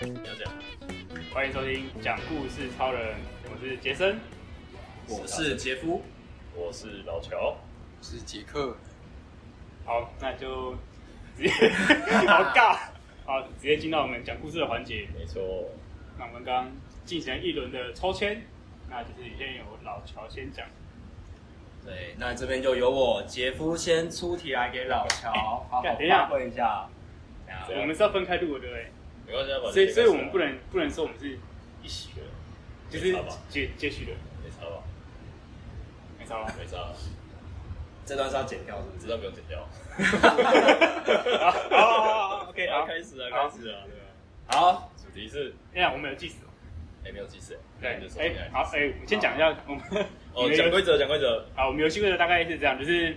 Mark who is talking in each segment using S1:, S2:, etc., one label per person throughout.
S1: 就这样。欢迎收听讲故事超人，我是杰森，
S2: 我是杰夫，
S3: 我是老乔，
S4: 是杰克，
S1: 好，那就 直接好尬，好，直接进到我们讲故事的环节。
S3: 没错，
S1: 那我们刚刚进行了一轮的抽签，那就是先由老乔先讲。
S2: 对，那这边就由我杰夫先出题来给老乔， 好好
S1: 等一下
S2: 发挥一下。
S3: 对啊
S1: 我们是要分开录的，对不对？
S3: 没关系啊，把
S1: 所
S3: 这
S1: 以，
S3: 个
S1: 所以我
S3: 开始
S1: 们
S3: 啊
S1: 不能不能说我们是一起的，就
S3: 没
S1: 是
S3: 差吧
S1: 接接续的，
S3: 没差吧？
S1: 没错吧？
S3: 没差，
S2: 这段是要剪掉是不
S3: 你
S2: 是
S3: 知？道不用剪 掉。
S1: 好好好好，OK，好
S3: 啊。开始了，
S1: 好
S3: 开始了，对啊。
S2: 好，
S3: 主题是，
S1: 哎呀，我们有计时哦。
S3: 哎，没有计时，
S1: 对
S3: 那你就，说
S1: 哎，好，哎，我们先讲一下我们我
S3: 哦，
S1: 们
S3: 讲
S1: 游
S3: 规则，讲规则，
S1: 好，我们游戏规则大概是这样，就是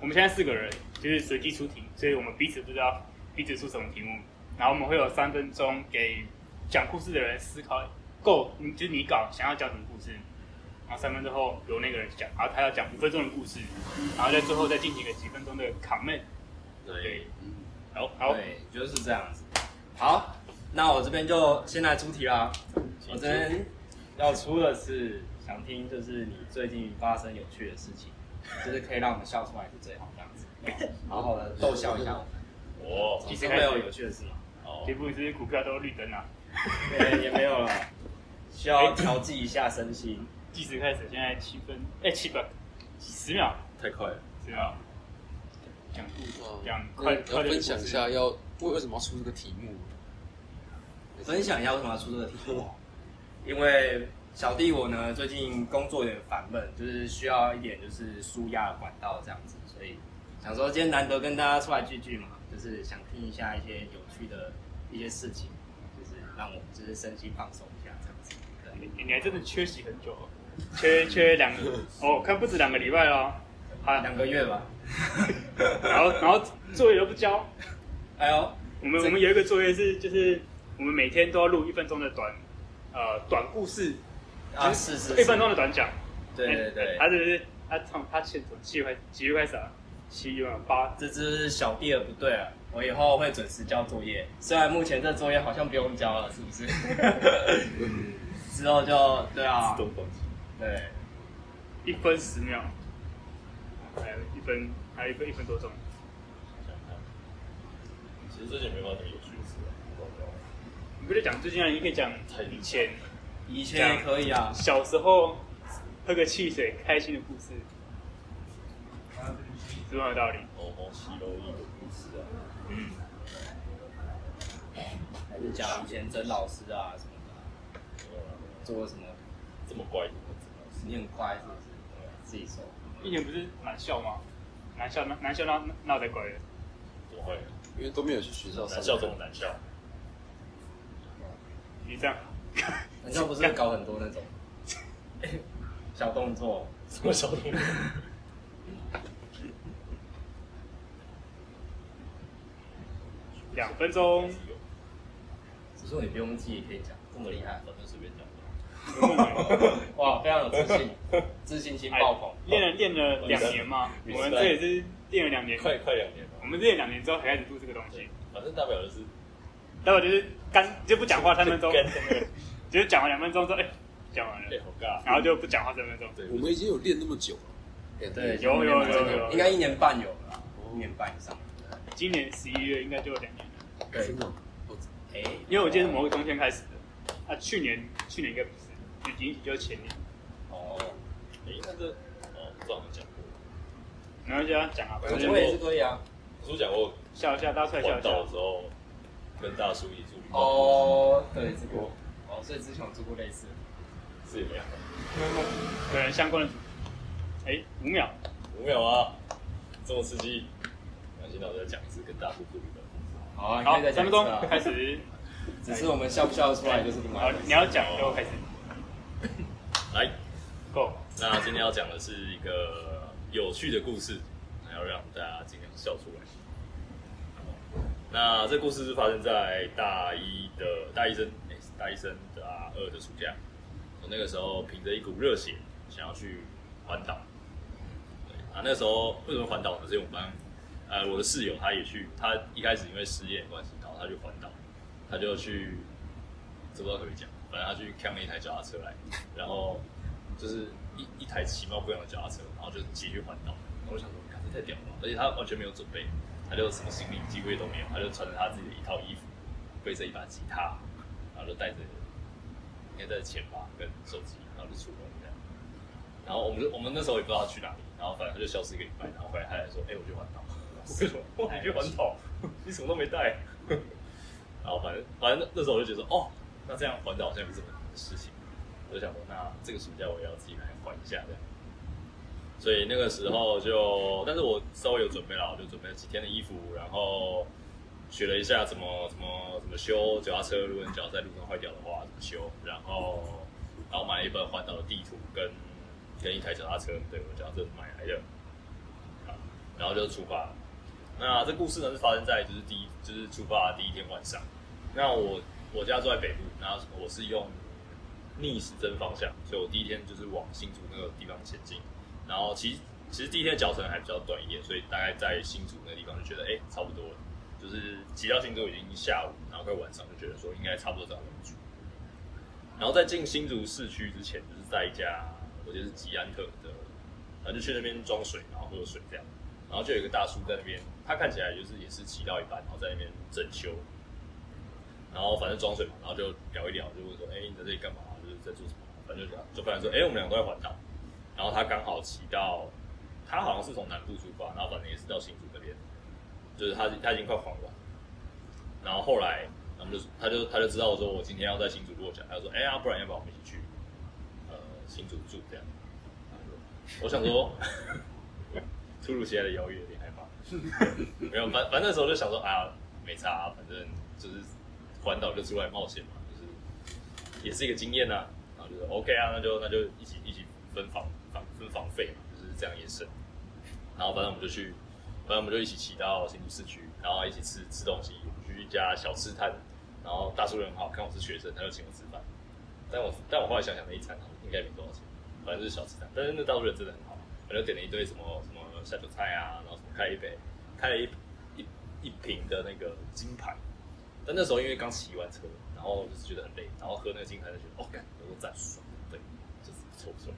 S1: 我们现在四个人就是随机出题，所以我们彼此不知道彼此出什么题目，然后我们会有三分钟给讲故事的人思考，够，你就是你搞想要讲什么故事，然后三分钟后由那个人讲，然后他要讲五分钟的故事，然后在最后再进行一个几分钟的 comment。
S3: 对，
S1: 好，好，
S2: 对，就是这样子。好，那我这边就先来出题啦。我这边要出的是想听，就是你最近发生有趣的事情，就是可以让我们笑出来是最好这样子，好好的逗笑一下我们。
S3: 我哦
S2: 总是会有有趣的事嘛？
S3: 好
S1: 结，果是股票都绿灯啊了、
S2: 对，也没有了，需要调剂一下身心。
S1: 计时开始，现在七分，哎、七不，十秒，
S3: 太快了，
S1: 十秒。讲故事，
S2: 哦
S1: 讲
S4: 那
S1: 快
S4: 你
S1: 快
S4: 要
S1: 点
S4: 分享一下要为为什么要出这个题目？
S2: 分享一下为什么要出这个题目， 因为小弟我呢最近工作有点烦闷，就是需要一点就是舒压的管道这样子，所以想说今天难得跟大家出来聚聚嘛，就是想听一下一些有趣的一些事情，就是让我就是身心放松一下这样子。对
S1: 你你还真的缺席很久、哦，缺缺两个，哦，看不止两个礼拜了、哦，好，
S2: 两个月吧。
S1: 然后然后作业都不交，
S2: 哎呦，
S1: 我们
S2: 这
S1: 我们有一个作业是就是我们每天都要录一分钟的短呃短故事，
S2: 啊是是
S1: 一
S2: 是
S1: 分，钟的短讲，
S2: 对对
S1: 哎
S2: 对
S1: 他，只是他从他现从七月开几月开始啊，七月八，
S2: 这只是小弟的不对了，我以后会准时交作业，虽然目前这作业好像不用交了，是 不是？之后就对啊
S3: 自，动放弃，
S2: 对。
S1: 一分十秒，还有一分还有一分一分多钟，
S3: 想看。其实最近没办法什么有趣的事啊，不知道
S1: 你不是讲最近啊，你可以讲以前
S2: 以前也可以啊，
S1: 小时候喝个汽水开心的故事，是不是很有道理？
S3: 某某哦西楼一的故事啊，
S2: 还是讲以前曾老师啊什么的啊、
S3: 没有啦，
S2: 做过什么，
S3: 这么乖，
S2: 你很乖是不是？对啊自己说。
S1: 以前不是难笑吗？难笑难难笑闹闹得鬼了。
S3: 怎么会？
S4: 因为都没有去学校上
S3: 难
S4: 课
S3: 笑这么难笑，
S1: 你这样，
S2: 人家不是搞很多那种 小动作，
S3: 什么小动物？
S1: 两分钟，
S2: 只是你不用记也可以讲，这么厉害
S3: 反，正随便 讲吧。
S2: 哇，非常有自信，自信心爆棚。
S1: 哎练了练了两年嘛，
S3: 你
S1: 我
S3: 是
S1: 们这也是练了两年，
S3: 快快两年了
S1: 我，们练了两年之后才开始录这个东
S3: 对
S1: 西。，
S3: 反正大不了就是
S1: 待会就是干就不讲话三分钟，
S3: 干那个，
S1: 就是讲完两分钟之后，哎，讲完
S3: 哎，
S1: 了，
S3: 好尬。
S1: 然后就不讲话三分钟。
S3: 对，
S4: 我们已经有练那么久了，哎两
S2: 对，
S4: 年
S1: 有有有
S2: 这个
S1: 有
S2: 应该一年半有了啦，一年半以上。
S1: 今年十一月应该就有两年了，
S2: 对
S4: 真，的，哦我
S2: 哎，
S1: 因为我记得是某个冬天开始的，啊，去年去年应该不是，就仅仅就是前年。
S2: 哦，
S3: 哎，那这哦，不知道有没有讲过，
S1: 然后就要讲啊，反正
S2: 我也是可以啊。
S3: 叔讲过
S1: 笑一下，大家出来笑
S3: 环
S1: 一
S3: 岛的
S1: 下。
S3: 时候跟大叔一起住，
S2: 哦，对，这个，哦，所以之前我做过类似的。
S3: 是也没有
S1: 有人相关的主题，哎、五秒，
S3: 五秒啊，这么刺激。感谢老师再讲一次跟大叔住的，
S2: 好啊，你
S1: 好
S2: 可以，再
S1: 三分
S2: 讲一次
S1: 钟
S2: 啊
S1: 开始，
S2: 只是我们笑不笑得出来就是另
S1: 好
S2: 外一回，事
S1: 你要讲哦就开始
S3: 来。
S1: ，Go，
S3: 那今天要讲的是一个有趣的故事，还要让大家尽量笑出来。好那这故事是发生在大一的大一生，诶是大一生大二的暑假。我那个时候凭着一股热血，想要去环岛，啊那个时候为什么环岛呢？是因为我们班，呃，我的室友他也去，他一开始因为失业的关系，然后他就环岛，他就去，这不知道可不可以讲，反正他去扛了一台脚踏车来，然后就是一一台其貌不扬的脚踏车，然后就继续环岛。然后我想说，干这太屌了吧，而且他完全没有准备，他就什么行李几乎也都没有，他就穿着他自己的一套衣服，背着一把吉他，然后就带着应该带着钱吧跟手机，然后就出门这样。然后我们就我们那时候也不知道他去哪里，然后反正他就消失一个礼拜，然后回来他还说：“哎、我去环岛。”我跟他说：“哦哇，你去环岛？你什么都没带。” 然后反正反正那时候我就觉得说哦，那这样环岛好像也不是什么事情，我就想说那这个暑假我也要自己来环一下这样。所以那个时候就，但是我稍微有准备了，我就准备了几天的衣服，然后学了一下怎么怎么怎么修脚踏车，如果你脚在路上坏掉的话怎么修，然后然后买了一本环岛的地图跟跟一台脚踏车，对我脚踏车是买来的，好然后就出发了。那这故事呢是发生在就是第一就是出发的第一天晚上。那我我家住在北部，然后我是用逆时针方向，所以我第一天就是往新竹那个地方前进。然后其实其实第一天的脚程还比较短一点，所以大概在新竹那个地方就觉得哎、诶差不多了，就是骑到新竹已经下午，然后快晚上就觉得说应该差不多找到住。然后在进新竹市区之前，就是在一家我记得是吉安特的，然后就去那边装水，然后喝水这样。然后就有一个大叔在那边，他看起来就是也是骑到一半，然后在那边整修，然后反正装水嘛，然后就聊一聊，就问说，哎、你在这里干嘛？就是在做什么？反正就讲，就发现说，哎、我们俩都在环岛，然后他刚好骑到，他好像是从南部出发，然后反正也是到新竹那边，就是他他已经快环完，然后后来他们就他就他就知道说我今天要在新竹落脚，他就说，哎、呀，不然要不然我们一起去，呃，新竹住这样。我想说， 突如其来的邀约有点害怕。没有，反反正那时候就想说啊，没差、啊，反正就是环岛就出来冒险嘛，就是也是一个经验呐、啊。然后就是 OK 啊，那就那就一起一起分房房分房费嘛，就是这样也省。然后反正我们就去，反正我们就一起骑到新竹市区，然后一起吃吃东西，我们去一家小吃摊，然后大叔人很好，看我是学生，他就请我吃饭。但我但我后来想想那一餐应该没多少钱，反正就是小吃摊，但是那大陆人真的很好，我就点了一堆什么什么下酒菜啊，然后什么开了一杯，开了一一一瓶的那个金牌，但那时候因为刚骑完车，然后就是觉得很累，然后喝那个金牌就觉得哦，感有个赞爽，对，就是不错不错。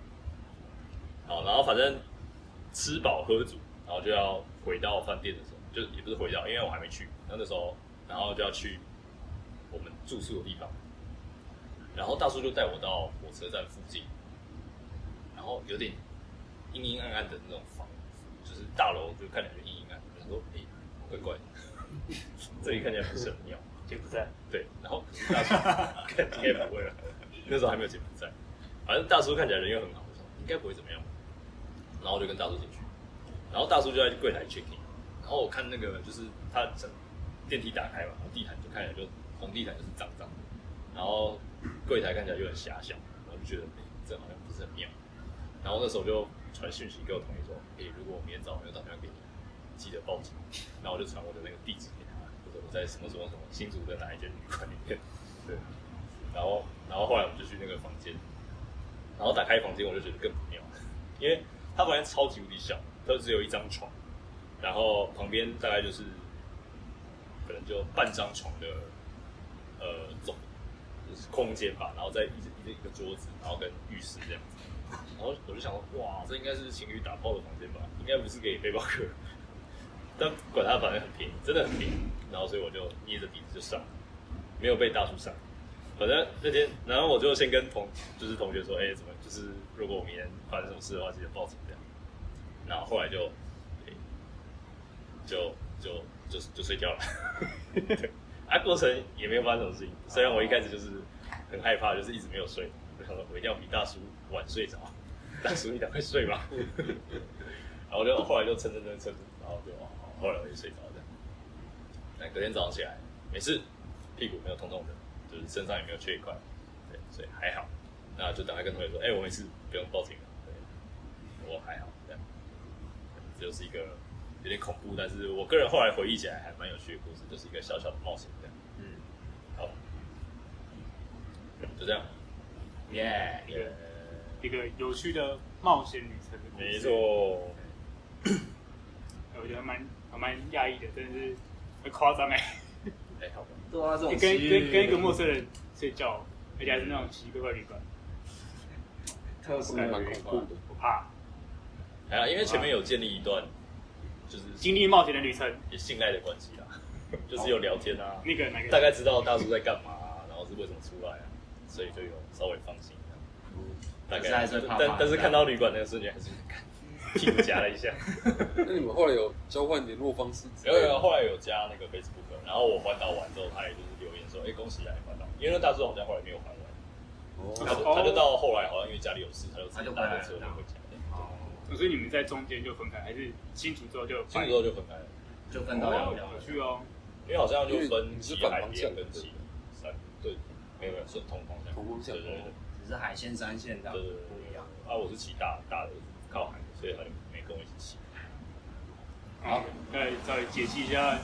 S3: 好，然后反正吃饱喝足，然后就要回到饭店的时候，就也不是回到，因为我还没去，那那时候然后就要去我们住宿的地方，然后大叔就带我到火车站附近，然后有点阴阴暗暗的那种房子，就是大楼就看起来就阴阴暗，我想说诶、怪怪的，这里看起来不是很妙，
S1: 柬埔寨，
S3: 对，然后可是大叔看应 该不会了，那时候还没有柬埔寨，反正大叔看起来人又很好，我说应该不会怎么样，然后我就跟大叔进去，然后大叔就在柜台 check in，然后我看那个就是他整电梯打开嘛，然后地毯就看起来就红地毯就是脏脏的，然后柜台看起来又很狭小，然后就觉得哎、这好像不是很妙。然后那时候就传讯息给我同学说，哎、如果我明天早上有打电话给你，记得报警。然后我就传我的那个地址给他，我说我在什么什么什么新竹的哪一间旅馆里面。对，然后然后后来我们就去那个房间，然后打开房间我就觉得更不妙，因为他房间超级无敌小，它只有一张床，然后旁边大概就是可能就半张床的呃总就是空间吧，然后再一一个一个桌子，然后跟浴室这样子。然后我就想说，哇，这应该是情侣打炮的房间吧？应该不是给背包客。但管他，反正很便宜，真的很便宜。然后所以我就捏着鼻子就上了，没有被大叔上。反正那天，然后我就先跟同就是同学说，哎、怎么就是如果我明天发生什么事的话，记得报警这样。然后后来就，哎就就就就睡觉了。 对啊，过程也没有发生什么事情。虽然我一开始就是很害怕，就是一直没有睡，我想说我一定要比大叔晚睡着。大叔，你赶快睡吧。 然后就后来就撑撑撑撑，然后就哦后来我就睡着这样。那哎隔天早上起来没事，屁股没有痛痛的，就是身上也没有缺一块，对，所以还好。那就赶快跟同学说，哎、我没事，不用报警了，对，我还好这样。这就是一个有点恐怖，但是我个人后来回忆起来还蛮有趣的故事，就是一个小小的冒险这样。
S2: 嗯，
S3: 好，就这样。
S2: 耶、
S1: 一个有趣的冒险旅程的故事。
S3: 没错，
S1: 讶异的，真的是很夸张 哎！
S3: 哎，好吧，
S2: 对啊，这种
S1: 跟跟跟一个陌
S2: 生
S1: 生人睡觉，而且还是那种奇奇怪怪旅馆，
S2: 特殊
S4: 蛮
S2: 的
S4: 恐怖的。
S1: 我怕
S3: 还好，因为前面有建立一段就是
S1: 经历冒险的旅程。
S3: 也信赖的关系啦， 就是有聊天啊，
S1: 那个哪个
S3: 大概知道大叔在干嘛、然后是为什么出来啊，所以就有稍微放心这样大概，
S2: 还是怕怕
S3: 但但是看到旅馆那个瞬间还是干屁股夹了一下。
S4: 那你们后来有交换联络方式之类
S3: 有
S4: 的？
S3: 有，后来有加那个 Facebook，然后我环岛完之后，他也就是留言说，哎、恭喜来环岛，因为那大叔好像后来没有还完，他
S4: 哦，
S3: 就他就到后来好像因为家里有事，他就自
S2: 他就
S3: 己
S2: 回来
S3: 搭个
S2: 了
S3: 车就回家了，
S1: 所以你们在中间就分开，还是新竹之后就
S3: 所以之后就分开了，
S2: 就分道扬镳
S1: 哦，有。趣哦。
S3: 因为好像就
S4: 因为
S3: 分
S4: 你是
S3: 骑
S4: 反
S3: 海
S4: 方
S3: 边
S4: 向
S3: 跟
S4: 的
S3: 骑山，对，没有没有是同方向，
S4: 同方向
S3: 对对对。
S2: 只是海线山线这样
S3: 对对对
S2: 不一样。
S3: 啊，我是骑大大的靠海，所以他就没跟我一起骑。
S1: 好，再稍微解析一下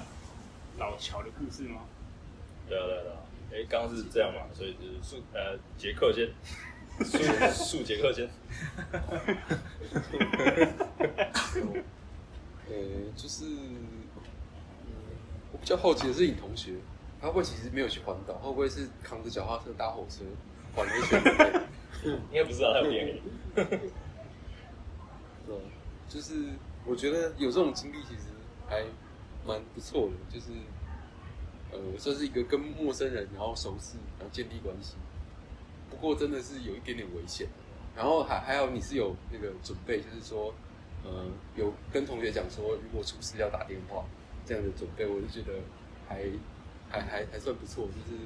S1: 老乔的故事吗？
S3: 对啊对啊对啊，哎、刚刚是这样嘛，所以就是数呃杰克先，数数杰克先，
S4: 呃，就是嗯我比较好奇的是你同学，他会不会其实没有去环岛，会不会是扛着脚踏车搭火车环了一圈？
S3: 应该不是啊，他有点黑。
S4: 对，就是我觉得有这种经历其实还蛮不错的，就是呃，算是一个跟陌生人然后熟识，然后建立关系。不过真的是有一点点危险，然后还还有你是有那个准备，就是说呃，有跟同学讲说如果出事要打电话这样的准备，我就觉得还还还还算不错，就是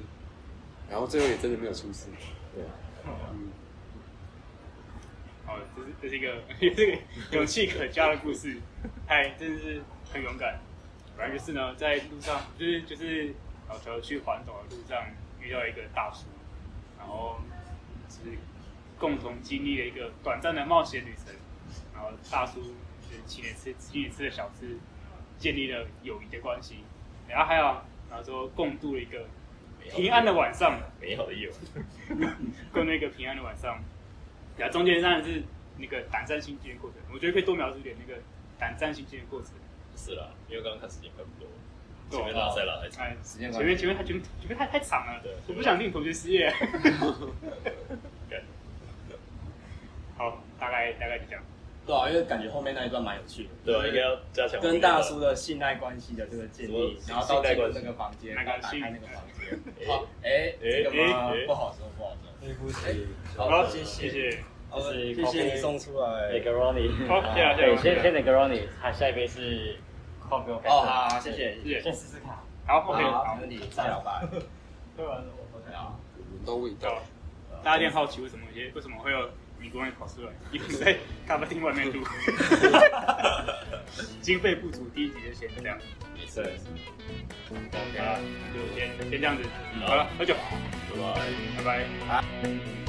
S4: 然后最后也真的没有出事，对啊，嗯，
S1: 好，这是这是一个 这是一个勇气可嘉的故事，嗨，真的是很勇敢。反正就是呢，在路上就是就是老乔去环岛的路上遇到一个大叔，然后就是共同经历了一个短暂的冒险旅程，然后大叔就是请你吃请你吃的小吃，建立了友谊的关系，然后还有然后说共度了一个平安的晚上。
S3: 美好的夜晚，
S1: 过那个平安的晚上。然后中间当然是那个胆战心惊的过程，我觉得可以多描述一点那个胆战心惊的过程。
S3: 是啦，因为刚刚看时间差不多，
S1: 对
S3: 前面拉塞拉还
S1: 哎，
S2: 时间
S1: 前
S2: 管理
S1: 面前面太前面前面太太长了
S3: 对，
S1: 我不想令同学失 业。
S3: 干，
S1: 好，大概大概就这样。
S2: 对啊，因为感觉后面那一段蛮有趣的。
S3: 对啊，应该要加强
S2: 跟大叔的信赖关系的这个建立，
S3: 什么
S2: 然后到进
S3: 信赖
S2: 入
S3: 关系
S2: 那个房间，
S1: 那个
S2: 然后打
S1: 信
S2: 开那个房间。
S3: 哎
S2: 好，哎，这个吗
S3: 哎哎？
S2: 不好说，不好说。对不
S4: 哎
S2: 起。
S1: 好，
S2: 好，谢
S1: 谢
S2: 哎谢。
S1: 谢。
S2: 好谢谢你送出来。
S5: Macaroni，
S1: 好，谢谢谢
S5: 对，
S1: 谢啊
S5: 先
S1: 谢
S5: 先
S1: 谢。
S5: Macaroni，他下一杯是 Coco
S2: 哦，好，好谢谢。
S1: 谢谢
S5: 先试试看。
S1: 好，OK，
S2: 好，
S1: 好
S2: 没，问题，再聊 吧。对啊，
S4: 闻到味道
S1: 到。。大家有点好奇，为什么有些为什么会有民工会跑出来？ 因为在咖啡厅外 面录，经费不足，第一集就先这样。
S3: 没事，
S1: 好了，就先先这样子。好了，喝酒，
S3: 拜拜。
S1: 拜拜。